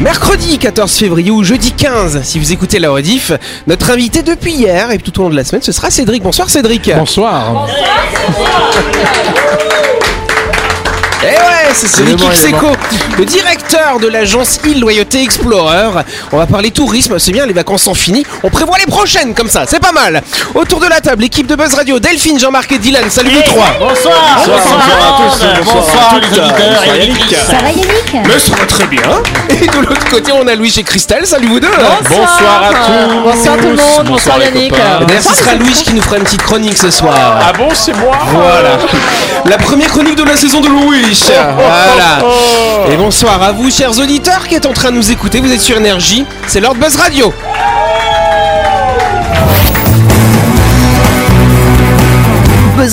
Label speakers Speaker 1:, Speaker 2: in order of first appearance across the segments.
Speaker 1: mercredi 14 février ou jeudi 15 si vous écoutez la rediff. Notre invité depuis hier et tout au long de la semaine, ce sera Cédric. Bonsoir Cédric.
Speaker 2: Bonsoir.
Speaker 1: Eh ouais, c'est Cédric
Speaker 2: Il est mort, il est
Speaker 1: Xeco, le directeur de l'agence Île Loyauté Explorer. On va parler tourisme, c'est bien, les vacances sont finies. On prévoit les prochaines comme ça, c'est pas mal. Autour de la table, l'équipe de Buzz Radio, Delphine, Jean-Marc et Dylan. Salut vous trois.
Speaker 3: Bonsoir Bonsoir,
Speaker 4: Bonsoir à tous. Bonsoir à
Speaker 3: les
Speaker 4: toutes.
Speaker 3: auditeurs et
Speaker 4: Bonsoir,
Speaker 3: auditrices.
Speaker 4: Yannick.
Speaker 5: Ça va Yannick
Speaker 4: Mais ça va très bien.
Speaker 1: Et de l'autre côté, on a Louis et Christelle. Salut vous deux.
Speaker 4: Bonsoir à tous.
Speaker 6: Bonsoir tout le monde, bonsoir
Speaker 4: les
Speaker 6: Yannick.
Speaker 4: copains.
Speaker 1: D'ailleurs, ben, ce sera Louis qui nous fera une petite chronique ce soir.
Speaker 4: Ah bon, c'est moi
Speaker 1: Voilà. La première chronique de la saison de Louis. Voilà. Et bonsoir à vous, chers auditeurs qui êtes en train de nous écouter. Vous êtes sur Énergie. C'est l'heure de Buzz Radio.
Speaker 7: Buzz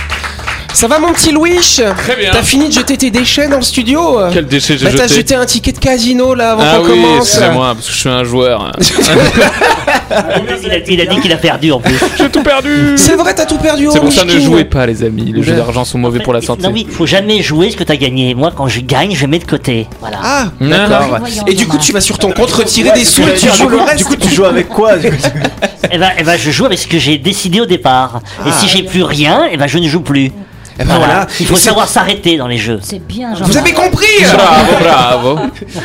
Speaker 1: Ça va, mon petit Louis Très
Speaker 4: bien.
Speaker 1: T'as fini de jeter tes déchets dans le studio
Speaker 4: Quel déchet j'ai
Speaker 1: Bah, t'as
Speaker 4: jeté
Speaker 1: jeté un ticket de casino là avant
Speaker 4: Ah
Speaker 1: qu'on
Speaker 4: oui,
Speaker 1: commence.
Speaker 4: excusez-moi, parce que je suis un joueur.
Speaker 3: Il a, il a dit qu'il a perdu en plus.
Speaker 4: j'ai tout perdu
Speaker 1: C'est vrai, t'as tout perdu.
Speaker 4: C'est
Speaker 1: au
Speaker 4: pour ça, ne
Speaker 1: King.
Speaker 4: jouez pas, les amis. Les jeux d'argent sont mauvais pour la santé.
Speaker 3: Non oui, faut jamais jouer ce que t'as gagné. Moi, quand je gagne, je mets de côté. Voilà.
Speaker 1: Ah,
Speaker 4: Non,
Speaker 1: d'accord.
Speaker 5: non.
Speaker 1: Et du coup, tu vas sur ton compte retirer des sous et tu joues le reste.
Speaker 8: Du coup, tu joues avec quoi
Speaker 3: Eh ben, eh ben, je joue avec ce que j'ai décidé au départ. et si j'ai plus rien, eh ben, je ne joue plus.
Speaker 1: Ah. Eh ben voilà.
Speaker 3: Il
Speaker 1: Et
Speaker 3: faut
Speaker 1: c'est-
Speaker 3: savoir s'arrêter dans les jeux.
Speaker 5: C'est bien Jean-Marc.
Speaker 1: Vous avez compris
Speaker 4: Bravo, bravo.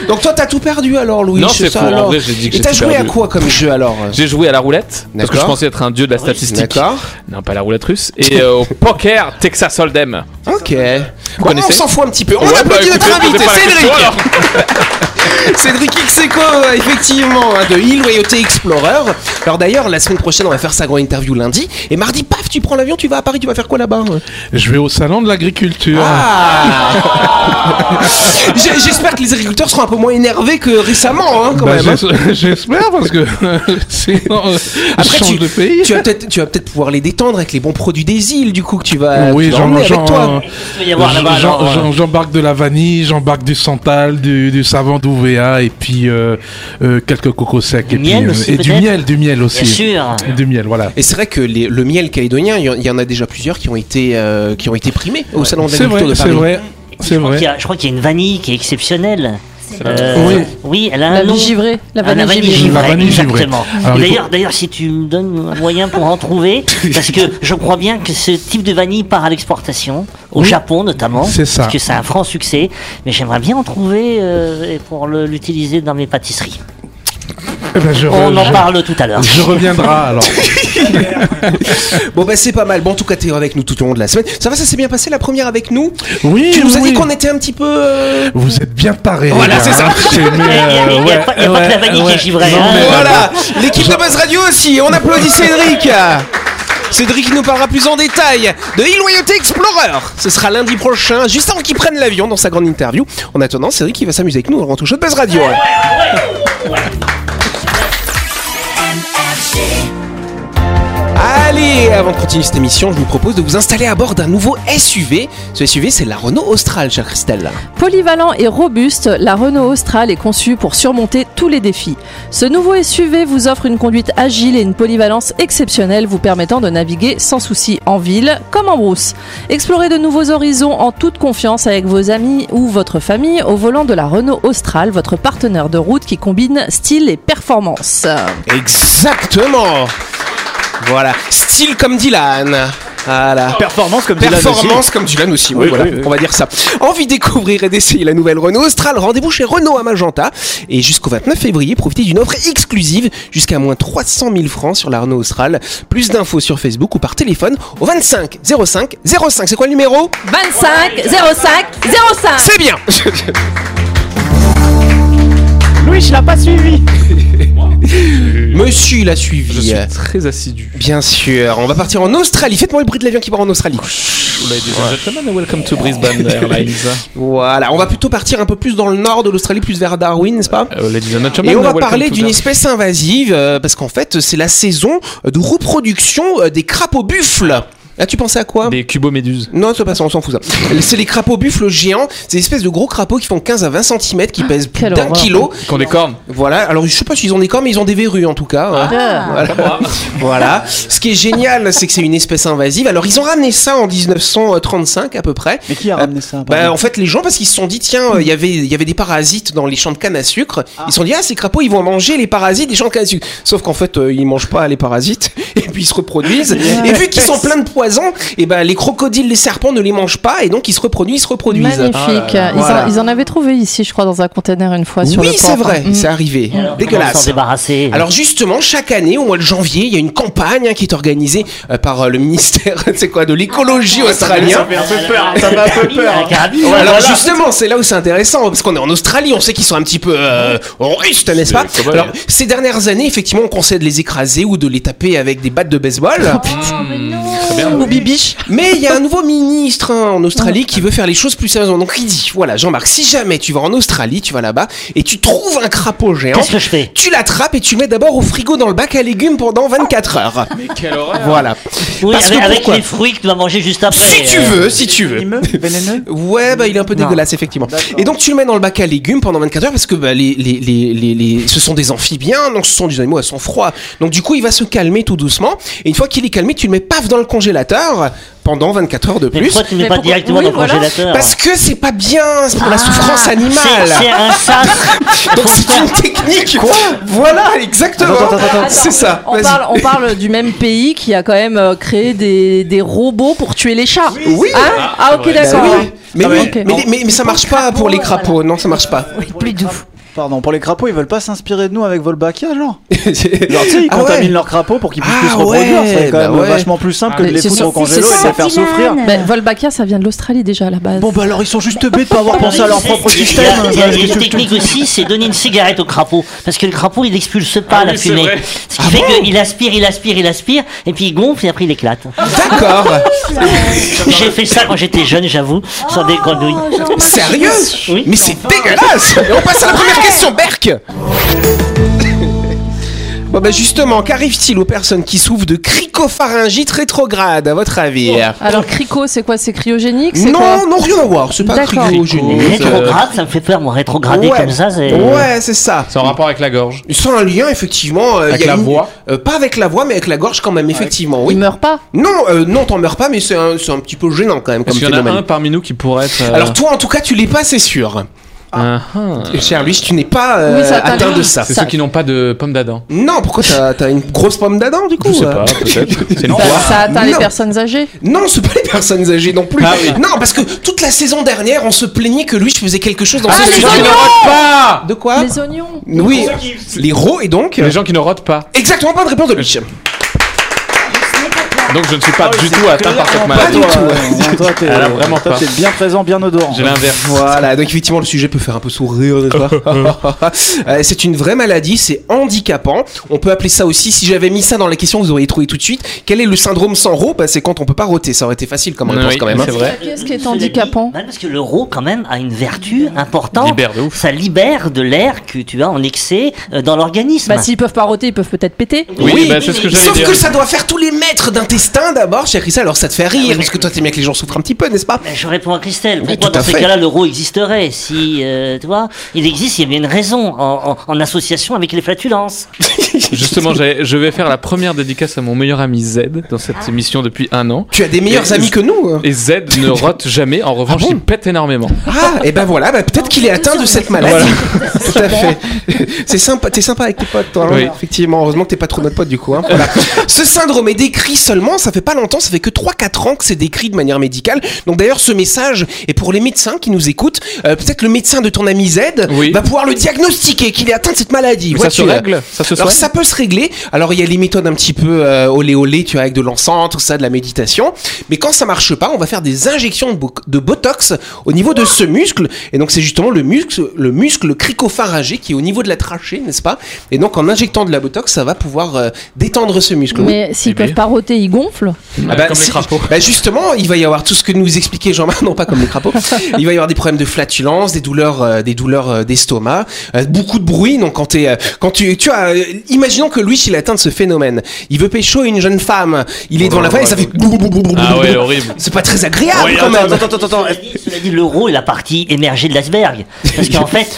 Speaker 1: Donc toi t'as tout perdu alors Louis
Speaker 4: Non, c'est
Speaker 1: ça,
Speaker 4: faux. En
Speaker 1: alors
Speaker 4: vrai, j'ai dit que
Speaker 1: Et
Speaker 4: j'ai
Speaker 1: t'as
Speaker 4: tout
Speaker 1: joué
Speaker 4: perdu.
Speaker 1: à quoi comme jeu alors
Speaker 4: J'ai joué à la roulette, parce que je
Speaker 1: D'accord.
Speaker 4: pensais être un dieu de la statistique.
Speaker 1: D'accord.
Speaker 4: Non, pas la roulette russe. Et euh, au poker Texas Hold'em.
Speaker 1: Ok.
Speaker 4: Quoi,
Speaker 1: Bon, on
Speaker 4: connaissez
Speaker 1: s'en fout un petit peu. On
Speaker 4: Ouais, bah,
Speaker 1: applaudit
Speaker 4: écoutez,
Speaker 1: notre invité,
Speaker 4: posez pas la
Speaker 1: Cédric
Speaker 4: question, alors.
Speaker 1: Cédric Xeco, euh, effectivement, hein, de Île Loyauté Explorer. Alors d'ailleurs, la semaine prochaine, on va faire sa grande interview lundi. Et mardi, paf, tu prends l'avion, tu vas à Paris, tu vas faire quoi là-bas
Speaker 2: Je vais au salon de l'agriculture.
Speaker 1: Ah J'ai- J'espère que les agriculteurs seront un peu moins énervés que récemment, hein, quand
Speaker 2: Bah,
Speaker 1: même. hein.
Speaker 2: j'es- J'espère parce que sinon euh,
Speaker 1: Après,
Speaker 2: je change
Speaker 1: tu,
Speaker 2: de pays.
Speaker 1: tu vas peut-être, tu vas peut-être pouvoir les détendre avec les bons produits des îles, du coup que tu vas
Speaker 2: oui,
Speaker 1: euh, tu vas
Speaker 2: j'en-
Speaker 1: emmener avec
Speaker 2: j'en-
Speaker 1: toi.
Speaker 3: Il doit y avoir là-bas,
Speaker 2: j'en-
Speaker 3: alors,
Speaker 2: j'en-
Speaker 3: euh,
Speaker 2: j'en- J'embarque de la vanille, j'embarque du santal, du, du savon d'Ouvéa et puis euh, euh, quelques cocos secs.
Speaker 3: Du
Speaker 2: et puis,
Speaker 3: miel
Speaker 2: euh,
Speaker 3: aussi,
Speaker 2: Et du
Speaker 3: peut-être
Speaker 2: miel, du miel aussi.
Speaker 3: Bien sûr.
Speaker 2: Du miel, voilà.
Speaker 1: Et c'est vrai que les- le miel calédonien, il y en- il y en a déjà plusieurs qui ont été euh, qui ont été primés au salon de
Speaker 2: C'est vrai,
Speaker 1: l'agriculture de
Speaker 2: c'est
Speaker 1: Paris.
Speaker 2: vrai.
Speaker 3: Je
Speaker 2: C'est
Speaker 3: crois qu'il y
Speaker 2: vrai.
Speaker 3: a- Je crois qu'il y a une vanille qui est exceptionnelle. Euh,
Speaker 2: Oui.
Speaker 3: oui, elle a
Speaker 6: La
Speaker 3: un nom.
Speaker 6: vie givrée, la
Speaker 3: Ah,
Speaker 6: vanille givrée.
Speaker 2: givrée. La vanille givrée.
Speaker 3: exactement. Et
Speaker 2: Alors, il faut-
Speaker 3: D'ailleurs, d'ailleurs, si tu me donnes un moyen pour en trouver, parce que je crois bien que ce type de vanille part à l'exportation, au Japon notamment,
Speaker 2: C'est ça.
Speaker 3: parce que c'est un franc succès. Mais j'aimerais bien en trouver euh, et pour le- l'utiliser dans mes pâtisseries.
Speaker 2: Eh ben, je,
Speaker 3: On
Speaker 2: re-
Speaker 3: en
Speaker 2: je-
Speaker 3: parle tout à l'heure.
Speaker 2: je reviendra alors.
Speaker 1: Bon bah c'est pas mal. Bon en tout cas t'es avec nous tout au long de la semaine. Ça va, ça s'est bien passé la première avec nous.
Speaker 2: Oui,
Speaker 1: tu nous as
Speaker 2: oui.
Speaker 1: dit qu'on était un petit peu. euh,
Speaker 2: Vous êtes bien tarés.
Speaker 1: Voilà,
Speaker 2: les gars,
Speaker 1: c'est ça.
Speaker 2: hein. mais,
Speaker 3: Il y a- il y a-
Speaker 2: euh,
Speaker 3: il y a
Speaker 2: ouais,
Speaker 3: pas- il y a pas que la
Speaker 2: ouais,
Speaker 3: vanille qui est
Speaker 2: ouais.
Speaker 3: givrée,
Speaker 2: Non,
Speaker 3: hein.
Speaker 2: mais- euh,
Speaker 1: Voilà. L'équipe de Buzz Radio aussi. On applaudit Cédric. Cédric nous parlera plus en détail de Île Loyauté Explorer. Ce sera lundi prochain, juste avant qu'il prenne l'avion dans sa grande interview. En attendant, Cédric il va s'amuser avec nous dans le grand touche de Buzz Radio. Allez, avant de continuer cette émission, je vous propose de vous installer à bord d'un nouveau SUV. Ce SUV, c'est la Renault Austral, chère Christelle.
Speaker 6: Polyvalent et robuste, la Renault Austral est conçue pour surmonter tous les défis. Ce nouveau SUV vous offre une conduite agile et une polyvalence exceptionnelle vous permettant de naviguer sans souci en ville comme en brousse. Explorez de nouveaux horizons en toute confiance avec vos amis ou votre famille au volant de la Renault Austral, votre partenaire de route qui combine style et performance.
Speaker 1: Exactement. Voilà, style comme Dylan. Voilà.
Speaker 8: Performance comme Dylan
Speaker 1: Performance comme Dylan aussi, ouais,
Speaker 8: Oui,
Speaker 1: voilà,
Speaker 8: oui, oui.
Speaker 1: on va dire ça. Envie de découvrir et d'essayer la nouvelle Renault Austral, rendez-vous chez Renault à Magenta. Et jusqu'au 29 février, profitez d'une offre exclusive jusqu'à moins 300 000 francs sur la Renault Austral. Plus d'infos sur Facebook ou par téléphone au 25 05 05. C'est quoi le numéro
Speaker 6: 25 05 05
Speaker 1: C'est bien
Speaker 8: aussi. Louis, je l'ai pas suivi.
Speaker 1: Monsieur, il a suivi.
Speaker 4: Je suis très assidu.
Speaker 1: Bien sûr, on va partir en Australie. Faites-moi le bruit de l'avion qui part en Australie.
Speaker 4: Ladies and gentlemen, welcome to Brisbane Airlines.
Speaker 1: Voilà, on va plutôt partir un peu plus dans le nord de l'Australie, plus vers Darwin, n'est-ce pas
Speaker 4: Euh, ladies and gentlemen,
Speaker 1: Et on va
Speaker 4: welcome
Speaker 1: parler
Speaker 4: to
Speaker 1: d'une
Speaker 4: the-
Speaker 1: espèce invasive, euh, parce qu'en fait, c'est la saison de reproduction euh, des crapauds buffles. Là, tu pensais à quoi
Speaker 4: des cuboméduses.
Speaker 1: Non, c'est pas ça, on s'en fout ça. C'est les crapauds buffles géants, ces espèces de gros crapauds qui font 15 à 20 cm,
Speaker 4: Ah,
Speaker 1: qui pèsent plus
Speaker 6: quelle
Speaker 1: d'un
Speaker 6: horreur.
Speaker 1: kilo.
Speaker 4: Qui ont des cornes.
Speaker 1: Voilà, alors je sais pas s'ils ont des cornes, mais ils ont des verrues en tout cas. hein.
Speaker 6: Ah,
Speaker 1: Voilà. Voilà. Ce qui est génial, c'est que c'est une espèce invasive. Alors, ils ont ramené ça en 1935 à peu près.
Speaker 5: Mais qui a
Speaker 1: Euh,
Speaker 5: ramené ça
Speaker 1: Bah, en fait, les gens, parce qu'ils se sont dit, tiens, euh, il y avait- il y avait des parasites dans les champs de canne à sucre. Ils se sont dit, ah, ces crapauds, ils vont manger les parasites des champs de canne à sucre. Sauf qu'en fait, euh, ils mangent pas les parasites, et puis ils se reproduisent. Et vu qu'ils sont pleins de poisons, et ben, les crocodiles, les serpents ne les mangent pas, et donc ils se reproduisent, ils se reproduisent.
Speaker 6: Magnifique. Ils, en-
Speaker 1: Ah Voilà.
Speaker 6: ils en avaient trouvé ici, je crois, dans un container une fois sur le
Speaker 1: Oui,
Speaker 6: port.
Speaker 1: c'est vrai,
Speaker 6: Mm.
Speaker 1: c'est arrivé.
Speaker 3: Alors, comment
Speaker 1: Dégueulasse.
Speaker 3: s'en débarrasser
Speaker 1: Alors justement, chaque année, au mois de janvier, il y a une campagne hein, qui est organisée euh, par euh, le ministère tu sais quoi, de l'écologie
Speaker 4: Ah,
Speaker 1: australien.
Speaker 5: fait un peu
Speaker 3: ça m'a fait peur.
Speaker 1: Alors justement, c'est là où c'est intéressant, parce qu'on est en Australie, on sait qu'ils sont un petit peu euh, rustes, n'est-ce pas
Speaker 4: C'est les cowboys.
Speaker 1: Alors ces dernières années, effectivement, on conseille de les écraser ou de les taper avec des battes de
Speaker 3: Oh,
Speaker 1: baseball.
Speaker 4: Très bien.
Speaker 1: Ou bibiche. Mais il y a un nouveau ministre hein, en Australie qui veut faire les choses plus sérieusement. Donc il dit, voilà Jean-Marc, si jamais tu vas en Australie, tu vas là-bas et tu trouves un crapaud géant,
Speaker 3: Qu'est-ce que je fais
Speaker 1: tu l'attrapes et tu le mets d'abord au frigo dans le bac à légumes pendant 24 heures.
Speaker 4: Mais quelle horreur.
Speaker 1: Voilà.
Speaker 3: Oui,
Speaker 1: Parce
Speaker 3: avec,
Speaker 1: que
Speaker 3: avec
Speaker 1: pourquoi
Speaker 3: les fruits que tu vas manger juste après.
Speaker 1: Si tu
Speaker 3: euh,
Speaker 1: veux, si tu veux.
Speaker 5: Vénéneux
Speaker 1: Ouais, bah il est un peu dégueulasse, effectivement. Et donc tu le mets dans le bac à légumes pendant 24 heures parce que bah, les, les, les, les, les- ce sont des amphibiens, donc ce sont des animaux à sang froid. Donc du coup, il va se calmer tout doucement. Et une fois qu'il est calmé, tu le mets paf dans le congélateur pendant 24 heures de
Speaker 3: Mais
Speaker 1: plus.
Speaker 3: pourquoi tu ne mets
Speaker 6: Mais
Speaker 3: pas
Speaker 6: pourquoi-
Speaker 3: directement
Speaker 6: oui,
Speaker 3: dans le
Speaker 6: voilà.
Speaker 3: congélateur
Speaker 1: Parce que c'est pas bien c'est pour la souffrance
Speaker 3: Ah, C'est c'est
Speaker 1: animale.
Speaker 3: un sas.
Speaker 1: Donc c'est une technique. Quoi Voilà, exactement. C'est ça.
Speaker 6: On
Speaker 1: Vas-y.
Speaker 6: parle, on parle du même pays qui a quand même euh, créé des, des robots pour tuer les chats.
Speaker 1: Oui.
Speaker 6: Hein ah ok
Speaker 1: Bah
Speaker 6: d'accord.
Speaker 1: oui. Mais,
Speaker 6: Ah
Speaker 1: oui.
Speaker 6: ouais.
Speaker 1: mais, mais- mais ça marche pas pour les crapauds, non, ça marche pas.
Speaker 5: Plus doux. Pardon, pour les crapauds, ils veulent pas s'inspirer de nous avec Volbakia, genre Genre, tu sais, ils
Speaker 1: Ah ouais.
Speaker 5: contaminent leurs crapauds pour qu'ils puissent
Speaker 1: Ah
Speaker 5: se reproduire.
Speaker 1: ouais,
Speaker 5: C'est quand
Speaker 1: bah
Speaker 5: même
Speaker 1: ouais.
Speaker 5: vachement plus simple que de
Speaker 6: Ah, Mais
Speaker 5: les
Speaker 6: c'est
Speaker 5: foutre
Speaker 6: sûr-
Speaker 5: au congélo
Speaker 6: c'est
Speaker 5: et de les faire souffrir.
Speaker 6: Ben, Volbakia ça vient de l'l'Australie déjà à la base.
Speaker 5: Bon, bah alors, ils sont juste bêtes de pas avoir pensé à leur propre
Speaker 3: Il y a-
Speaker 5: système.
Speaker 3: il y a il y a une
Speaker 5: Qu'est-ce que je te
Speaker 3: technique aussi, c'est donner une cigarette au crapaud. Parce que le crapaud, il expulse pas
Speaker 4: Ah
Speaker 3: la
Speaker 4: oui, c'est
Speaker 3: fumée.
Speaker 4: vrai.
Speaker 3: Ce qui fait qu'il aspire, il aspire, il aspire, et puis il gonfle, et après il éclate.
Speaker 1: Ah, D'accord.
Speaker 3: J'ai fait ça quand j'étais jeune, j'avoue, sans déconner.
Speaker 1: Sérieux
Speaker 3: Oui.
Speaker 1: Mais c'est dégueulasse Et on passe à la première question, Berk Bon bah justement, qu'arrive-t-il aux personnes qui souffrent de cricopharyngite rétrograde, à votre avis
Speaker 6: Alors crico c'est quoi C'est cryogénique Oh. c'est quoi
Speaker 1: Non, non, rien à voir, c'est pas
Speaker 6: D'accord.
Speaker 1: cricogénique.
Speaker 4: Crico,
Speaker 3: Rétrograde, ça me fait peur, moi, rétrograder
Speaker 1: Ouais.
Speaker 3: comme ça, c'est.
Speaker 1: Ouais, c'est ça.
Speaker 4: C'est en rapport avec la gorge.
Speaker 1: Sans un lien, effectivement. euh,
Speaker 4: Avec
Speaker 1: il y a
Speaker 4: la
Speaker 1: une-
Speaker 4: voix.
Speaker 1: euh, Pas avec la voix, mais avec la gorge quand même, effectivement,
Speaker 6: Il
Speaker 1: oui.
Speaker 6: meurt pas.
Speaker 1: Non, euh, non, t'en meurs pas, mais c'est un, c'est un petit peu gênant quand même comme
Speaker 4: Parce qu'il y en a
Speaker 1: phénomène.
Speaker 4: un parmi nous qui pourrait être. euh,
Speaker 1: Alors toi, en tout Ah, cas, tu l'es pas, c'est sûr.
Speaker 4: un- un.
Speaker 1: Cher Louis, tu n'es pas euh,
Speaker 6: Oui, ça atteint
Speaker 1: atteint
Speaker 6: les-
Speaker 1: de ça.
Speaker 4: C'est ceux qui n'ont pas de pomme d'Adam.
Speaker 1: Non, pourquoi t'as t'as une grosse pomme d'Adam du coup euh
Speaker 4: peut-être. C'est une
Speaker 6: Bah,
Speaker 4: poire.
Speaker 6: ça atteint les
Speaker 1: Non.
Speaker 6: personnes âgées.
Speaker 1: Non, c'est pas les personnes âgées non plus.
Speaker 4: Ah oui.
Speaker 1: Non, parce que toute la saison dernière, on se plaignait que Louis faisait quelque chose dans
Speaker 4: Ah,
Speaker 1: ses
Speaker 4: les gens qui ne
Speaker 1: émissions.
Speaker 4: rotent pas
Speaker 1: De quoi
Speaker 6: Les oignons.
Speaker 1: Ah. Oui, les rots et donc.
Speaker 4: Les gens qui ne rotent pas.
Speaker 1: Exactement pas de réponse de Louis.
Speaker 4: Donc je ne suis pas du tout atteint par cette
Speaker 1: Pas du
Speaker 4: maladie.
Speaker 1: tout.
Speaker 5: dis Toi, t'es
Speaker 4: Elle a vraiment
Speaker 5: toi,
Speaker 4: pas.
Speaker 5: t'es bien présent, bien odorant.
Speaker 4: J'ai l'inverse.
Speaker 1: Voilà, donc effectivement, le sujet peut faire un peu sourire, n'est-ce pas Euh, C'est une vraie maladie, c'est handicapant. On peut appeler ça aussi, si j'avais mis ça dans la question, vous auriez trouvé tout de suite. Quel est le syndrome sans rot bah, C'est quand on peut pas roter, ça aurait été facile comme
Speaker 4: Oui,
Speaker 1: réponse quand même. hein.
Speaker 4: C'est vrai.
Speaker 6: Qu'est-ce qui est handicapant
Speaker 3: Ouais, Parce que l'euro, quand même, a une vertu importante.
Speaker 4: Libère de ouf.
Speaker 3: Ça libère de l'air que tu as en excès euh, dans l'organisme.
Speaker 6: Bah s'ils peuvent pas roter ils peuvent peut-être péter.
Speaker 4: Oui,
Speaker 1: Oui,
Speaker 4: bah, c'est ce que j'allais
Speaker 1: Sauf
Speaker 4: dire.
Speaker 1: que ça doit faire tous les mètres d'intestin d'abord, chez Rissa, alors ça te fait rire, parce que toi t'aimes bien que les gens souffrent un petit peu, n'est-ce pas
Speaker 3: Mais Ben, Je réponds à Christelle.
Speaker 1: Mais
Speaker 3: Pourquoi
Speaker 1: tout à
Speaker 3: dans ces
Speaker 1: fait.
Speaker 3: cas-là l'euro existerait Si, euh, tu vois, il existe, il y a bien une raison en, en- en association avec les flatulences.
Speaker 4: Justement, j'ai- je vais faire la première dédicace à mon meilleur ami Z dans cette émission depuis un an.
Speaker 1: Tu as des meilleurs
Speaker 4: Et-
Speaker 1: amis que nous hein.
Speaker 4: Et Z ne rote jamais, en revanche, il pète énormément.
Speaker 1: Ah, et ben voilà, bah, peut-être qu'il est atteint de cette maladie. Tout à fait. C'est sympa, t'es sympa avec tes potes, toi. hein.
Speaker 4: Oui.
Speaker 1: Effectivement, heureusement que t'es pas trop notre pote du coup. hein. Voilà. ce syndrome est décrit seulement, ça fait pas longtemps, ça fait que 3-4 ans que c'est décrit de manière médicale. Donc d'ailleurs, ce message est pour les médecins qui nous écoutent. Euh, peut-être le médecin de ton ami Z
Speaker 4: Oui.
Speaker 1: va pouvoir le diagnostiquer qu'il est atteint de cette maladie.
Speaker 4: Mais ça
Speaker 1: Vois-tu,
Speaker 4: se
Speaker 1: là.
Speaker 4: règle Ça se
Speaker 1: Alors
Speaker 4: soigne
Speaker 1: ça ça peut se régler. Alors il y a les méthodes un petit peu euh, olé olé, tu vois, avec de l'encens, tout ça, de la méditation. Mais quand ça marche pas, on va faire des injections de, bo- de botox au niveau de ce muscle. Et donc c'est justement le muscle, le muscle cricopharyngé qui est au niveau de la trachée, n'est-ce pas Et donc en injectant de la botox, ça va pouvoir euh, détendre ce muscle. Oui.
Speaker 6: Mais s'ils
Speaker 4: Eh bien.
Speaker 6: peuvent pas roter, ils gonflent.
Speaker 4: Euh,
Speaker 1: Ah bah,
Speaker 4: comme les
Speaker 1: si-
Speaker 4: crapauds.
Speaker 1: bah, justement, il va y avoir tout ce que nous expliquait Jean-Marc, non pas comme les crapauds. Il va y avoir des problèmes de flatulence, des douleurs, euh, des douleurs euh, d'estomac, euh, beaucoup de bruit. Donc quand, t'es, euh, quand tu, tu as, euh, imaginons que Louis il atteint de ce phénomène, il veut pécho une jeune femme, il est devant la femme et ça fait boum, boum, boum, boum,
Speaker 4: Oh Ah
Speaker 1: boum,
Speaker 4: ouais,
Speaker 1: boum.
Speaker 4: horrible.
Speaker 1: C'est pas très agréable
Speaker 4: Oui,
Speaker 1: quand même.
Speaker 5: Attends, attends, attends, attends.
Speaker 3: Cela dit- Cela dit, l'euro est la partie émergée de l'iceberg. Parce qu'en fait,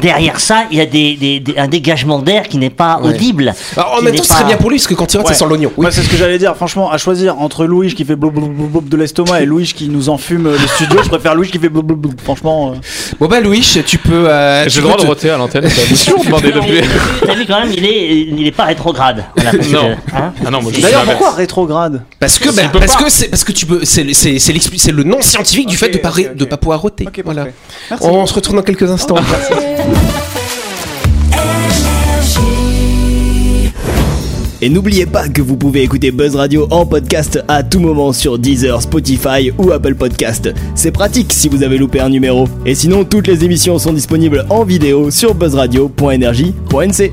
Speaker 3: derrière ça, il y a des, des- des- un dégagement d'air qui n'est pas audible.
Speaker 1: Alors, en
Speaker 3: qui
Speaker 1: même
Speaker 3: n'est
Speaker 1: temps, ce serait
Speaker 3: pas-
Speaker 1: bien pour lui parce que quand il rentre, ça
Speaker 5: Ouais.
Speaker 1: sent l'oignon. Oui.
Speaker 4: Bah,
Speaker 5: Moi, c'est ce que j'allais dire. Franchement, à choisir entre Louis qui fait blou blou blou blou de l'estomac et Louis qui nous enfume euh, le studio, je préfère Louis qui fait blou blou blou. Franchement, euh,
Speaker 1: Bon bah Louis, tu peux. euh, tu
Speaker 4: J'ai le droit
Speaker 1: peux
Speaker 4: de
Speaker 1: te-
Speaker 4: roter à l'antenne. ça. J'ai toujours demandé
Speaker 3: Non, mais
Speaker 4: depuis.
Speaker 3: T'as vu quand même, il est, il est pas rétrograde. Voilà, parce que-
Speaker 4: Non.
Speaker 3: hein
Speaker 4: Ah non, moi je suis
Speaker 5: D'ailleurs,
Speaker 4: l'inverse.
Speaker 5: pourquoi rétrograde
Speaker 1: Parce que
Speaker 4: Tu
Speaker 1: bah,
Speaker 4: peux
Speaker 1: parce
Speaker 4: pas.
Speaker 1: que c'est parce que tu peux c'est le- c'est c'est l'expli- c'est le nom scientifique du
Speaker 5: Ok,
Speaker 1: fait de pas ré-
Speaker 5: ok, ok.
Speaker 1: de pas pouvoir roter.
Speaker 5: Ok,
Speaker 1: voilà.
Speaker 5: parfait. Merci.
Speaker 1: On se retrouve dans quelques instants.
Speaker 6: Euh,
Speaker 8: Et n'oubliez pas que vous pouvez écouter Buzz Radio en podcast à tout moment sur Deezer, Spotify ou Apple Podcast. C'est pratique si vous avez loupé un numéro. Et sinon, toutes les émissions sont disponibles en vidéo sur buzzradio.energie.nc.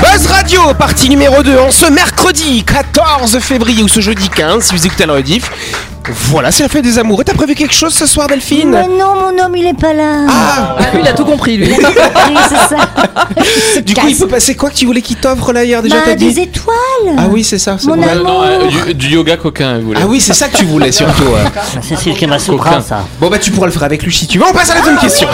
Speaker 1: Buzz Radio, partie numéro 2, en ce mercredi 14 février ou ce jeudi 15, si vous écoutez à la rediff. Voilà, c'est la fête des amoureux. T'as prévu quelque chose ce soir, Delphine
Speaker 9: Mais non, mon homme, il est pas là.
Speaker 1: Ah
Speaker 6: Ah, lui, il a tout compris, lui.
Speaker 9: Oui, c'est ça.
Speaker 1: Du coup, il peut passer quoi que tu voulais qu'il t'offre là hier déjà
Speaker 9: Bah,
Speaker 1: t'as dit
Speaker 9: des étoiles.
Speaker 1: Ah oui, c'est ça. c'est
Speaker 9: Mon
Speaker 1: bon.
Speaker 9: amour.
Speaker 4: Non, euh, du- du yoga coquin, vous voulez.
Speaker 1: Ah oui, c'est ça que tu voulais surtout. ouais.
Speaker 3: Ça, C'est ce qui m'a
Speaker 4: Aucun.
Speaker 3: ça.
Speaker 1: Bon bah tu pourras le faire avec lui si tu veux. On passe à la deuxième question.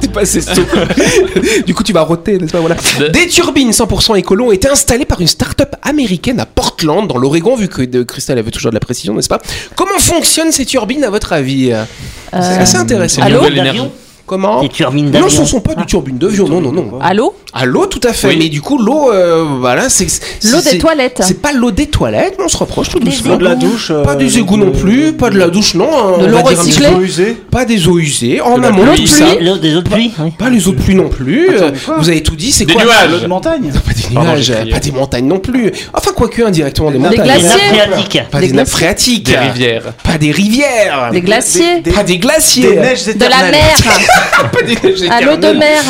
Speaker 1: T'es passé sous. du coup, tu vas roter, n'est-ce pas voilà. Des turbines 100% écolo ont été installées par une start-up américaine à Portland, dans l'Oregon, vu que de, Christelle avait toujours de la précision, n'est-ce pas Comment fonctionnent ces turbines, à votre avis
Speaker 6: Euh,
Speaker 1: C'est assez intéressant.
Speaker 4: C'est une
Speaker 6: Allô
Speaker 4: nouvelle énergie.
Speaker 3: D'avion
Speaker 1: Comment
Speaker 3: Des turbines
Speaker 1: Non,
Speaker 3: d'avion.
Speaker 1: ce ne sont pas des turbines de vieux, non, non, non.
Speaker 6: Allô
Speaker 1: À l'eau, tout à fait.
Speaker 4: Oui.
Speaker 1: Mais du coup, l'eau, euh, voilà, c'est. c'est-
Speaker 6: L'eau des
Speaker 1: c'est-
Speaker 6: toilettes.
Speaker 1: C'est pas l'eau des toilettes, mais on se reproche tout doucement.
Speaker 5: De la douche euh,
Speaker 1: Pas des égouts non plus, pas de la douche non. hein, on
Speaker 6: De l'eau
Speaker 1: va dire un petit
Speaker 6: recyclée.
Speaker 1: peu.
Speaker 5: usée.
Speaker 1: Pas des eaux usées, en
Speaker 4: De la
Speaker 1: amont,
Speaker 4: pluie.
Speaker 1: tout ça.
Speaker 3: L'eau des eaux de pluie oui.
Speaker 1: Pas les eaux de pluie non plus.
Speaker 5: Attends,
Speaker 1: euh,
Speaker 5: mais quoi
Speaker 1: vous avez tout dit, c'est
Speaker 4: Des
Speaker 1: quoi
Speaker 4: nuages.
Speaker 5: L'eau de montagne.
Speaker 1: Pas des
Speaker 4: Pardon,
Speaker 1: nuages,
Speaker 4: j'ai crié.
Speaker 1: pas des montagnes non plus. Enfin, quoique indirectement des
Speaker 5: Des
Speaker 1: montagnes.
Speaker 3: Des
Speaker 6: glaciers.
Speaker 3: nappes
Speaker 6: Glacier.
Speaker 3: phréatiques.
Speaker 1: Pas des nappes phréatiques.
Speaker 4: Des rivières.
Speaker 1: Pas des rivières.
Speaker 6: Des glaciers
Speaker 5: des-
Speaker 1: Pas des glaciers.
Speaker 5: Des neiges
Speaker 6: De la
Speaker 5: éternelles.
Speaker 6: mer
Speaker 1: Pas des neiges
Speaker 6: À l'eau de
Speaker 1: éternelles.
Speaker 6: mer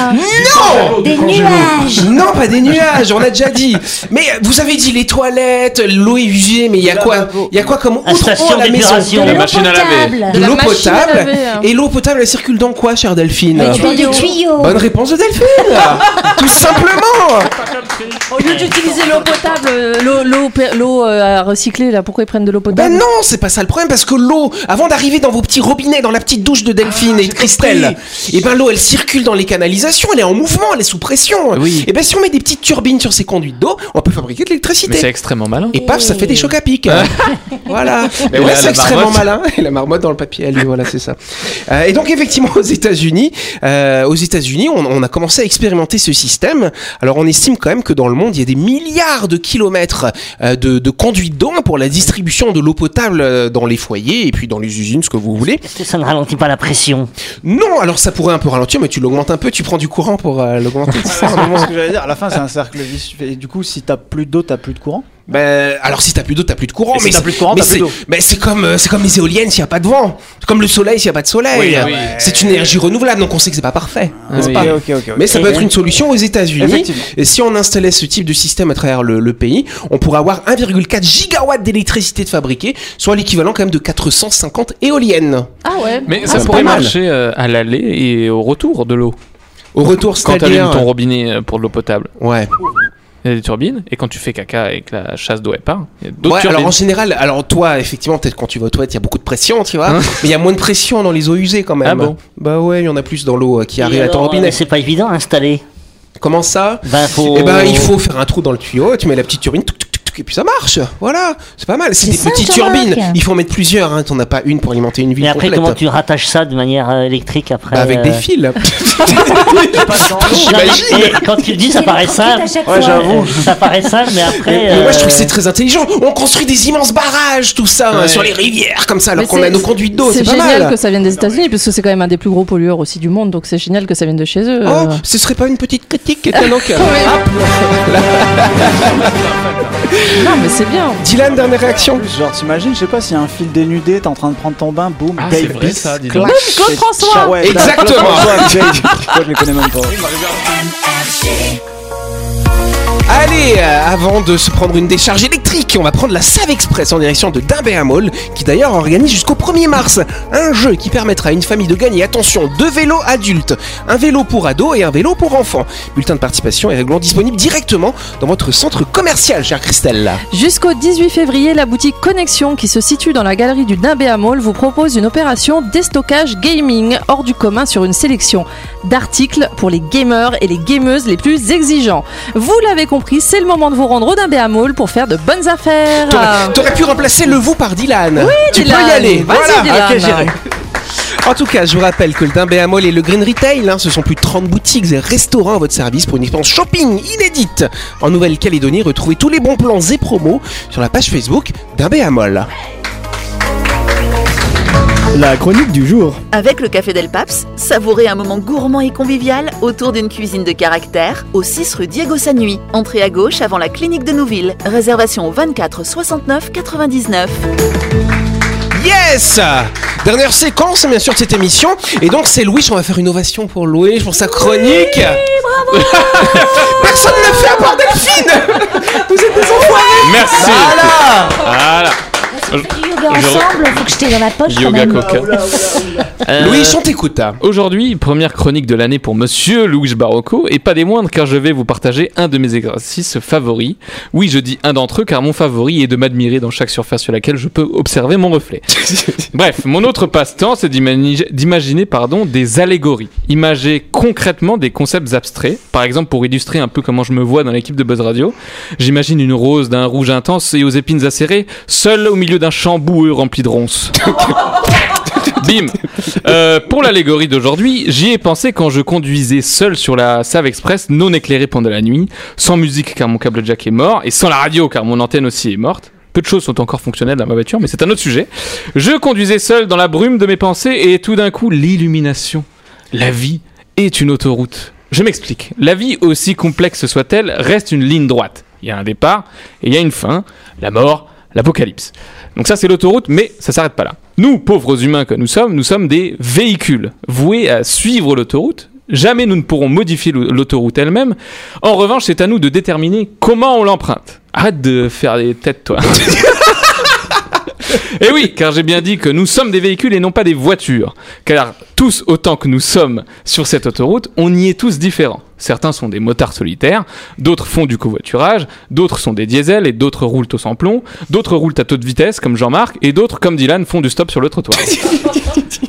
Speaker 1: Non
Speaker 9: Des nuages.
Speaker 1: Non, pas des nuages, on a déjà dit. Mais vous avez dit les toilettes, l'eau est usée, mais il y a quoi Il y a quoi comme
Speaker 3: La
Speaker 1: autre eau
Speaker 3: station
Speaker 1: à la
Speaker 3: d'épuration.
Speaker 1: maison
Speaker 4: La
Speaker 9: L'eau
Speaker 4: machine à laver.
Speaker 9: potable.
Speaker 1: de
Speaker 6: la
Speaker 1: l'eau
Speaker 6: machine à
Speaker 1: potable.
Speaker 6: laver, hein.
Speaker 1: Et l'eau potable, elle circule dans quoi, chère Delphine
Speaker 6: Les
Speaker 9: Dans des
Speaker 6: tuyaux.
Speaker 9: tuyaux.
Speaker 1: Bonne réponse de Delphine Tout simplement
Speaker 6: Au lieu d'utiliser l'eau potable, euh, l'eau- l'eau pe- l'eau euh, à recycler, là, pourquoi ils prennent de l'eau potable
Speaker 1: Ben non, c'est pas ça le problème, parce que l'eau, avant d'arriver dans vos petits robinets, dans la petite douche de Delphine et de Christelle, et ben l'eau, elle circule dans les canalisations, elle est en mouvement, elle est sous pression.
Speaker 4: Oui.
Speaker 1: Et ben si on met des petites turbines sur ces conduites d'eau, on peut fabriquer de
Speaker 4: Mais c'est
Speaker 1: l'électricité.
Speaker 4: extrêmement malin.
Speaker 1: Et paf, ça fait des chocs à pic. voilà.
Speaker 4: Mais
Speaker 1: Ouais,
Speaker 4: voilà,
Speaker 1: c'est
Speaker 4: la
Speaker 1: extrêmement
Speaker 4: marmotte.
Speaker 1: malin. Et la marmotte dans le papier à lui, voilà, c'est ça. Euh, et donc effectivement, aux États-Unis, euh, aux États-Unis, on, on a commencé à expérimenter ce système. Alors on estime quand même que dans le monde, il y a des milliards de kilomètres euh, de, de conduites d'eau pour la distribution de l'eau potable euh, dans les foyers et puis dans les usines, ce que vous voulez.
Speaker 3: Est-ce que ça ne ralentit pas la pression
Speaker 1: Non, alors ça pourrait un peu ralentir, mais tu l'augmentes un peu, tu prends du courant pour euh, l'augmenter. C'est ça, un moment.
Speaker 5: C'est ce que j'allais dire. À la fin, c'est un cercle vicieux. Et du coup, si t'as plus d'eau, t'as plus de courant.
Speaker 1: Ben, alors si t'as plus d'eau, t'as plus de courant.
Speaker 5: Et si t'as
Speaker 1: c'est-
Speaker 5: plus de courant,
Speaker 1: mais
Speaker 5: t'as plus
Speaker 1: c'est-
Speaker 5: d'eau.
Speaker 1: Mais c'est comme, euh, c'est comme les éoliennes s'il n'y a pas de vent. C'est comme le soleil s'il n'y a pas de soleil.
Speaker 4: Oui, oui.
Speaker 1: C'est une énergie renouvelable, donc on sait que c'est pas parfait. n'est-ce
Speaker 5: Ok,
Speaker 1: pas
Speaker 5: ok, ok. ok.
Speaker 1: Ah mais ça peut
Speaker 3: Et-
Speaker 1: être une solution aux États-Unis.
Speaker 5: Effectivement.
Speaker 1: Et si on installait ce type de système à travers le, le pays, on pourrait avoir 1,4 gigawatts d'électricité de fabriquée, soit l'équivalent quand même de 450 éoliennes.
Speaker 6: Ah ouais
Speaker 4: Mais
Speaker 6: Ah,
Speaker 4: ça
Speaker 6: c'est
Speaker 4: pourrait
Speaker 6: pas mal.
Speaker 4: marcher euh, à l'aller et au retour de l'eau.
Speaker 1: Au retour,
Speaker 4: Quand tu allumes
Speaker 1: c'est-à-dire.
Speaker 4: ton robinet euh, pour de l'eau potable,
Speaker 1: Ouais.
Speaker 4: il y a des turbines. Et quand tu fais caca et que la chasse d'eau est part, il y a d'autres
Speaker 1: Ouais,
Speaker 4: turbines.
Speaker 1: alors en général, alors toi, effectivement, peut-être quand tu vas aux toilettes, il y a beaucoup de pression, tu vois. mais il y a moins de pression dans les eaux usées quand même.
Speaker 4: Hein Ah bon
Speaker 1: Bah ouais, il y en a plus dans l'eau euh, qui arrive
Speaker 3: Et
Speaker 1: à ton
Speaker 3: alors,
Speaker 1: robinet.
Speaker 3: euh, C'est pas évident à installer.
Speaker 1: Comment ça
Speaker 3: Ben, faut...
Speaker 1: Eh ben, il faut faire un trou dans le tuyau, tu mets la petite turbine, touc, touc, touc, tuc, et puis ça marche. Voilà, c'est pas mal. C'est
Speaker 9: C'est
Speaker 1: des
Speaker 9: ça,
Speaker 1: petites
Speaker 9: Jean-Marc.
Speaker 1: turbines. Il faut en mettre plusieurs. Hein. T'en as pas une pour alimenter une ville
Speaker 3: Mais après,
Speaker 1: complète.
Speaker 3: comment tu rattaches ça de manière euh, électrique après
Speaker 1: Bah, avec
Speaker 3: euh, Ah,
Speaker 1: des fils.
Speaker 3: Non, mais-
Speaker 1: J'imagine.
Speaker 3: et Quand tu le dis, ça paraît simple.
Speaker 5: Ouais, j'avoue.
Speaker 3: Euh, Ça paraît simple, mais après.
Speaker 1: Mais moi je trouve que
Speaker 3: euh,
Speaker 1: c'est très intelligent. On construit des immenses barrages, tout ça, hein,
Speaker 5: Ouais.
Speaker 1: sur les rivières comme ça,
Speaker 6: Mais
Speaker 1: alors qu'on
Speaker 6: c'est-
Speaker 1: a nos conduites d'eau. C'est
Speaker 6: C'est
Speaker 1: pas
Speaker 6: génial
Speaker 1: mal.
Speaker 6: que ça vienne des États-Unis, puisque c'est quand même un des plus gros pollueurs aussi du monde, donc c'est génial que ça vienne de chez eux.
Speaker 1: Oh,
Speaker 6: euh.
Speaker 1: ce serait pas une petite critique qui était un encart.
Speaker 6: Non, mais c'est bien.
Speaker 1: Dylan, dernière
Speaker 5: En
Speaker 1: réaction.
Speaker 5: plus, genre, t'imagines, je sais pas, s'il y a un fil dénudé, t'es en train de prendre ton bain, boum,
Speaker 4: Ah,
Speaker 5: Dave
Speaker 4: c'est vrai
Speaker 5: Beats,
Speaker 4: ça, dis donc.
Speaker 5: clac,
Speaker 6: Claude
Speaker 5: c'est-
Speaker 6: François.
Speaker 5: Cha- ouais, Claude
Speaker 1: Exactement.
Speaker 5: François avec Dave. Moi, je les connais même pas.
Speaker 1: Allez, euh, avant de se prendre une décharge électrique, on va prendre la Save Express en direction de Dimbéa Mall, qui d'ailleurs organise jusqu'au 1er mars un jeu qui permettra à une famille de gagner, attention, deux vélos adultes, un vélo pour ados et un vélo pour enfants. Bulletin de participation et règlement disponible directement dans votre centre commercial, chère Christelle.
Speaker 6: Jusqu'au 18 février, la boutique Connexion, qui se situe dans la galerie du Nimbéa Mall, vous propose une opération déstockage gaming hors du commun sur une sélection d'articles pour les gamers et les gameuses les plus exigeants. Vous l'avez compris, c'est le moment de vous rendre au Nimbéa Mall pour faire de bonnes affaires.
Speaker 1: T'aurais- T'aurais pu remplacer le vous par Dylan. Oui, tu peux y
Speaker 6: Ah. Dylan.
Speaker 1: aller.
Speaker 6: Vas-y,
Speaker 1: Voilà.
Speaker 6: Dylan. Bah
Speaker 1: Ok, j'irai. En tout cas, je vous rappelle que le Dimbéa Mall et le Green Retail, hein, ce sont plus de 30 boutiques et restaurants à votre service pour une expérience shopping inédite. En Nouvelle-Calédonie, retrouvez tous les bons plans et promos sur la page Facebook Dimbéa Mall.
Speaker 8: La chronique du jour.
Speaker 7: Avec le Café Del Paps, savourez un moment gourmand et convivial autour d'une cuisine de caractère au 6 rue Diego Sanui. Entrée à gauche avant la clinique de Nouville. Réservation au 24 69 99.
Speaker 1: Yes Dernière séquence, bien sûr, de cette émission. Et donc, c'est Louis. On va faire une ovation pour Louis pour sa chronique. Personne ne fait à part Delphine Vous êtes des enfoirés
Speaker 4: Merci.
Speaker 1: Voilà
Speaker 4: Voilà.
Speaker 9: On fait du yoga ensemble, faut que je t'ai dans la poche quand
Speaker 4: Yoga
Speaker 9: même.
Speaker 4: coca. Euh,
Speaker 1: Louis, on t'écoute.
Speaker 4: Aujourd'hui, première chronique de l'année pour Monsieur Louis Barocco, et pas des moindres car je vais vous partager un de mes exercices favoris. Oui, je dis un d'entre eux car mon favori est de m'admirer dans chaque surface sur laquelle je peux observer mon reflet. Bref, mon autre passe-temps, c'est d'imani- d'imaginer pardon, des allégories. Imager concrètement des concepts abstraits. Par exemple, pour illustrer un peu comment je me vois dans l'équipe de Buzz Radio, j'imagine une rose d'un rouge intense et aux épines acérées, seule au milieu d'un champ boueux rempli de ronces. Bim euh, pour l'allégorie d'aujourd'hui, j'y ai pensé quand je conduisais seul sur la Save Express non éclairée pendant la nuit, sans musique car mon câble jack est mort, et sans la radio car mon antenne aussi est morte. Peu de choses sont encore fonctionnelles dans ma voiture, mais c'est un autre sujet. Je conduisais seul dans la brume de mes pensées et tout d'un coup, l'illumination. La vie est une autoroute. Je m'explique. La vie, aussi complexe soit-elle, reste une ligne droite. Il y a un départ et il y a une fin. La mort, l'apocalypse. Donc ça, c'est l'autoroute, mais ça s'arrête pas là. Nous, pauvres humains que nous sommes, nous sommes des véhicules voués à suivre l'autoroute. Jamais nous ne pourrons modifier le- l'autoroute elle-même. En revanche, c'est à nous de déterminer comment on l'emprunte. Arrête de faire des têtes, toi. Et oui, car j'ai bien dit que nous sommes des véhicules et non pas des voitures. Car tous autant que nous sommes sur cette autoroute, on y est tous différents. Certains sont des motards solitaires, d'autres font du covoiturage, d'autres sont des diesels et d'autres roulent au sans plomb, d'autres roulent à toute vitesse comme Jean-Marc et d'autres comme Dylan font du stop sur le trottoir.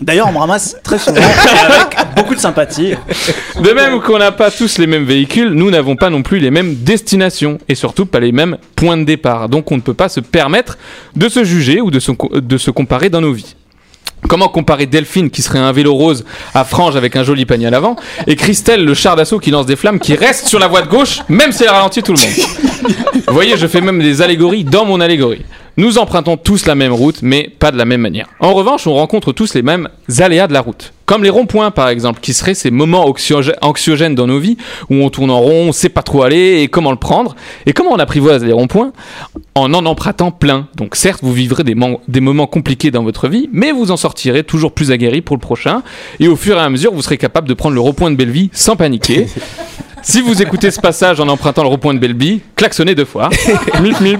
Speaker 5: D'ailleurs, on me ramasse très souvent avec beaucoup de sympathie.
Speaker 4: De même qu'on n'a pas tous les mêmes véhicules, nous n'avons pas non plus les mêmes destinations et surtout pas les mêmes points de départ. Donc on ne peut pas se permettre de se juger ou de se, co- de se comparer dans nos vies. Comment comparer Delphine qui serait un vélo rose à Frange avec un joli panier à l'avant et Christelle le char d'assaut qui lance des flammes qui reste sur la voie de gauche même si elle ralentit tout le monde Vous voyez, je fais même des allégories dans mon allégorie. Nous empruntons tous la même route mais pas de la même manière. En revanche, on rencontre tous les mêmes aléas de la route. Comme les ronds-points par exemple qui seraient ces moments anxiogè- anxiogènes dans nos vies où on tourne en rond, on sait pas trop aller et comment le prendre et comment on apprivoise les ronds-points en en empruntant plein. Donc certes, vous vivrez des, man- des moments compliqués dans votre vie, mais vous en sortirez toujours plus aguerri pour le prochain, et au fur et à mesure, vous serez capable de prendre le repoint de Belleville sans paniquer. si vous écoutez ce passage en empruntant le repoint de Belleville, klaxonnez deux fois. Mip, mip.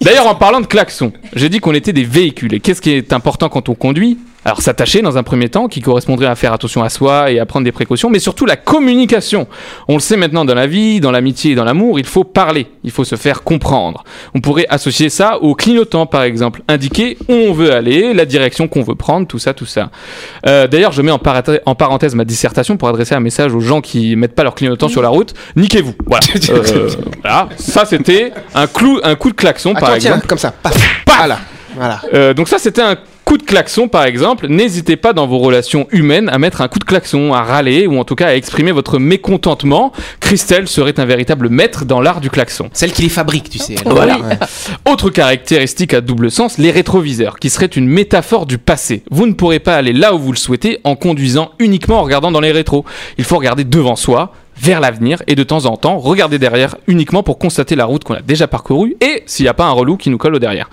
Speaker 4: D'ailleurs, en parlant de klaxon, j'ai dit qu'on était des véhicules, et qu'est-ce qui est important quand on conduit Alors s'attacher dans un premier temps, qui correspondrait à faire attention à soi et à prendre des précautions, mais surtout la communication. On le sait maintenant dans la vie, dans l'amitié et dans l'amour, il faut parler, il faut se faire comprendre. On pourrait associer ça au clignotant par exemple, indiquer où on veut aller, la direction qu'on veut prendre, tout ça, tout ça. Euh, D'ailleurs, je mets en, parathé- en parenthèse ma dissertation pour adresser un message aux gens qui mettent pas leur clignotant sur la route. Niquez-vous. Voilà. Euh, voilà. Ça c'était un clou, un coup de klaxon par
Speaker 1: Attends, tiens,
Speaker 4: exemple.
Speaker 1: comme ça. Paf. Voilà. Voilà.
Speaker 4: Euh, donc ça, c'était un coup de klaxon, par exemple. N'hésitez pas dans vos relations humaines à mettre un coup de klaxon, à râler ou en tout cas à exprimer votre mécontentement. Christelle serait un véritable maître dans l'art du klaxon.
Speaker 1: Celle qui les fabrique, tu sais. elle.
Speaker 4: Voilà.
Speaker 1: Ouais.
Speaker 4: Autre caractéristique à double sens, les rétroviseurs, qui seraient une métaphore du passé. Vous ne pourrez pas aller là où vous le souhaitez en conduisant uniquement en regardant dans les rétros. Il faut regarder devant soi, vers l'avenir, et de temps en temps, regarder derrière uniquement pour constater la route qu'on a déjà parcourue et s'il n'y a pas un relou qui nous colle au derrière.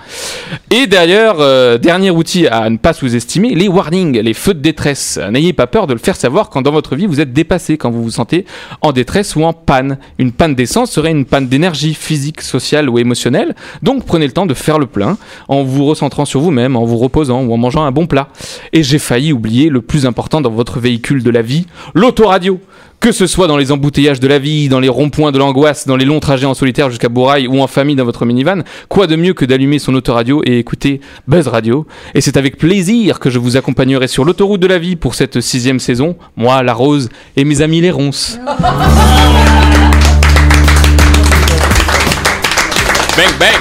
Speaker 4: Et d'ailleurs, euh, dernier outil à ne pas sous-estimer, les warnings, les feux de détresse. N'ayez pas peur de le faire savoir quand dans votre vie vous êtes dépassé, quand vous vous sentez en détresse ou en panne. Une panne d'essence serait une panne d'énergie physique, sociale ou émotionnelle. Donc prenez le temps de faire le plein en vous recentrant sur vous-même, en vous reposant ou en mangeant un bon plat. Et j'ai failli oublier le plus important dans votre véhicule de la vie, l'autoradio. Que ce soit dans les embouteillages de la vie, dans les ronds-points de l'angoisse, dans les longs trajets en solitaire jusqu'à Bourail ou en famille dans votre minivan, quoi de mieux que d'allumer son autoradio et écouter Buzz Radio Et c'est avec plaisir que je vous accompagnerai sur l'autoroute de la vie pour cette sixième saison, moi, la rose et mes amis les ronces. bang bang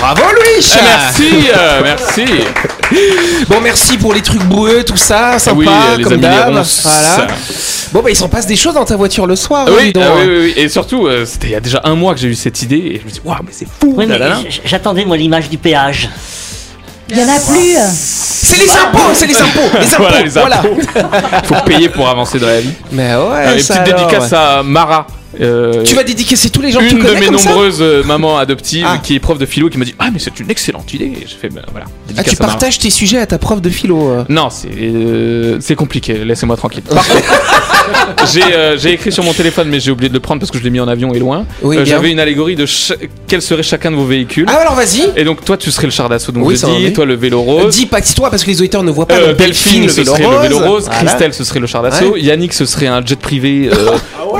Speaker 1: Bravo, Louis
Speaker 4: Eh, Merci, euh, merci
Speaker 1: Bon, merci pour les trucs boueux, tout ça, sympa,
Speaker 4: oui, euh, les
Speaker 1: comme
Speaker 4: amis les
Speaker 1: d'hab.
Speaker 4: ronces.
Speaker 1: Voilà. Bon, bah, il s'en passe des choses dans ta voiture le soir. hein,
Speaker 4: Ah
Speaker 1: dis
Speaker 4: Oui,
Speaker 1: donc.
Speaker 4: ah oui, oui, oui. et surtout, euh, c'était il y a déjà un mois que j'ai eu cette idée et je me suis dit, waouh, mais c'est fou!
Speaker 3: Oui, mais
Speaker 4: là, là, là.
Speaker 3: j- j'attendais moi l'image du péage.
Speaker 9: Il y en a plus.
Speaker 1: C'est les impôts, c'est les impôts, les impôts.
Speaker 4: Voilà, les
Speaker 1: voilà.
Speaker 4: impôts. Faut payer pour avancer dans la vie.
Speaker 1: Mais ouais,
Speaker 4: Allez,
Speaker 1: Ah, ça
Speaker 4: petite
Speaker 1: alors,
Speaker 4: dédicace
Speaker 1: ouais.
Speaker 4: à Mara. euh,
Speaker 1: Tu vas dédicacer tous les gens que
Speaker 4: une
Speaker 1: tu connais
Speaker 4: de mes
Speaker 1: comme ça
Speaker 4: nombreuses euh, mamans adoptives
Speaker 1: Ah.
Speaker 4: qui est prof de philo qui m'a dit Ah, mais c'est une excellente idée. Et je fais bah, Voilà.
Speaker 1: Ah,
Speaker 4: dédicace
Speaker 1: tu
Speaker 4: à Mara.
Speaker 1: partages tes sujets à ta prof de philo. euh.
Speaker 4: Non, c'est euh, c'est compliqué, laissez-moi tranquille. Par contre, j'ai euh, j'ai écrit sur mon téléphone, mais j'ai oublié de le prendre parce que je l'ai mis en avion et loin.
Speaker 1: Oui, bien.
Speaker 4: Euh, J'avais une allégorie de cha- quel serait chacun de vos véhicules.
Speaker 1: Ah, alors vas-y.
Speaker 4: Et donc, toi, tu serais le char d'assaut, donc
Speaker 1: Oui,
Speaker 4: je
Speaker 1: ça va,
Speaker 4: dis,
Speaker 1: oui.
Speaker 4: toi, le vélo rose.
Speaker 1: Dis pas toi parce que les auditeurs ne voient pas.
Speaker 4: Euh,
Speaker 1: donc
Speaker 4: Delphine,
Speaker 1: le
Speaker 4: ce
Speaker 1: vélo
Speaker 4: serait le vélo rose,
Speaker 1: Voilà.
Speaker 4: Christelle, ce serait le char d'assaut, Yannick, ce serait un jet privé euh,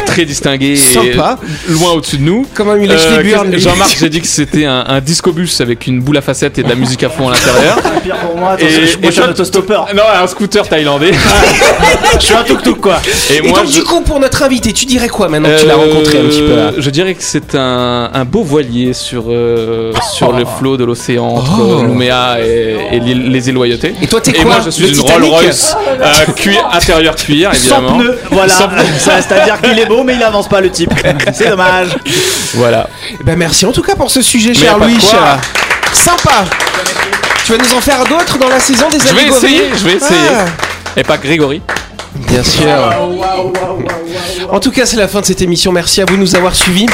Speaker 4: très distingué et
Speaker 1: Ah Sympa.
Speaker 4: loin au-dessus de nous.
Speaker 1: Comment il lèche
Speaker 4: Euh,
Speaker 1: les burnes, lui.
Speaker 4: Jean-Marc, j'ai dit que c'était un, un discobus avec une boule à facettes et de la musique à fond à l'intérieur.
Speaker 5: C'est pire pour moi,
Speaker 4: Et-
Speaker 5: attention, je suis- moi,
Speaker 4: et
Speaker 5: je suis un
Speaker 4: toi-
Speaker 5: autostoppeur.
Speaker 4: Non, un scooter thaïlandais.
Speaker 5: Je suis un tuk-tuk quoi.
Speaker 4: Et
Speaker 1: Et
Speaker 4: moi,
Speaker 1: donc,
Speaker 4: je,
Speaker 1: du coup, pour notre invité, tu dirais quoi maintenant que tu l'as
Speaker 4: euh,
Speaker 1: rencontré un petit peu là
Speaker 4: Je dirais que c'est un, un beau voilier sur, euh, sur le flot de l'océan entre
Speaker 1: Oh.
Speaker 4: Nouméa et, et l'île- les îles Loyauté.
Speaker 1: Et toi, t'es
Speaker 4: Et
Speaker 1: quoi
Speaker 4: moi, je suis
Speaker 1: Le
Speaker 4: une
Speaker 1: Titanic
Speaker 4: Rolls Royce euh, cuir, intérieur cuir, évidemment.
Speaker 5: Sans pneu, voilà.
Speaker 4: Sans pneu.
Speaker 5: Ça, C'est-à-dire qu'il est beau, mais il avance pas le type. C'est dommage.
Speaker 4: Voilà.
Speaker 1: Ben merci en tout cas pour ce sujet,
Speaker 4: y a
Speaker 1: cher
Speaker 4: pas de
Speaker 1: Louis.
Speaker 4: quoi.
Speaker 1: cher. Sympa. Tu vas nous en faire d'autres dans la saison des Ah.
Speaker 4: Je vais
Speaker 1: allégories
Speaker 4: essayer, je vais essayer. Et pas Grégory.
Speaker 1: Bien sûr. En tout cas, c'est la fin de cette émission. Merci à vous de nous avoir suivis.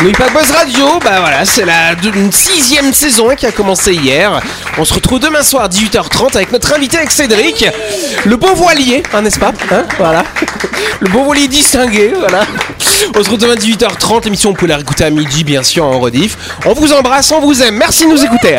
Speaker 1: N'oubliez pas Buzz Radio, bah voilà, c'est la deux- une sixième saison qui a commencé hier. On se retrouve demain soir à 18h30 avec notre invité avec Cédric, le beau voilier, hein, n'est-ce pas Hein, Voilà, le beau voilier distingué, voilà. On se retrouve demain à 18h30, l'émission on peut la réécouter à midi bien sûr en rediff. On vous embrasse, on vous aime, merci de nous écouter.